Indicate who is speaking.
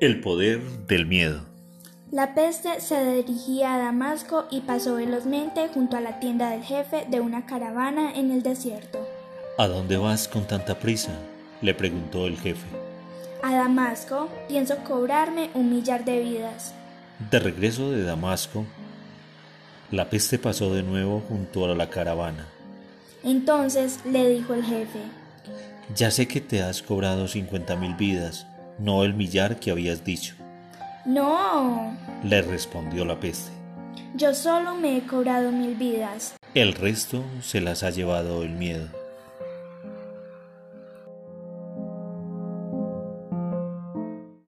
Speaker 1: El poder del miedo.
Speaker 2: La peste se dirigía a Damasco y pasó velozmente junto a la tienda del jefe de una caravana en el desierto.
Speaker 1: ¿A dónde vas con tanta prisa? le preguntó el jefe.
Speaker 2: A Damasco pienso cobrarme un millar de vidas.
Speaker 1: De regreso de Damasco, la peste pasó de nuevo junto a la caravana.
Speaker 2: Entonces le dijo el jefe,
Speaker 1: Ya sé que te has cobrado cincuenta mil vidas, no el millar que habías dicho,
Speaker 2: No,
Speaker 1: le respondió la peste.
Speaker 2: yo solo me he cobrado mil vidas.
Speaker 1: El resto se las ha llevado el miedo.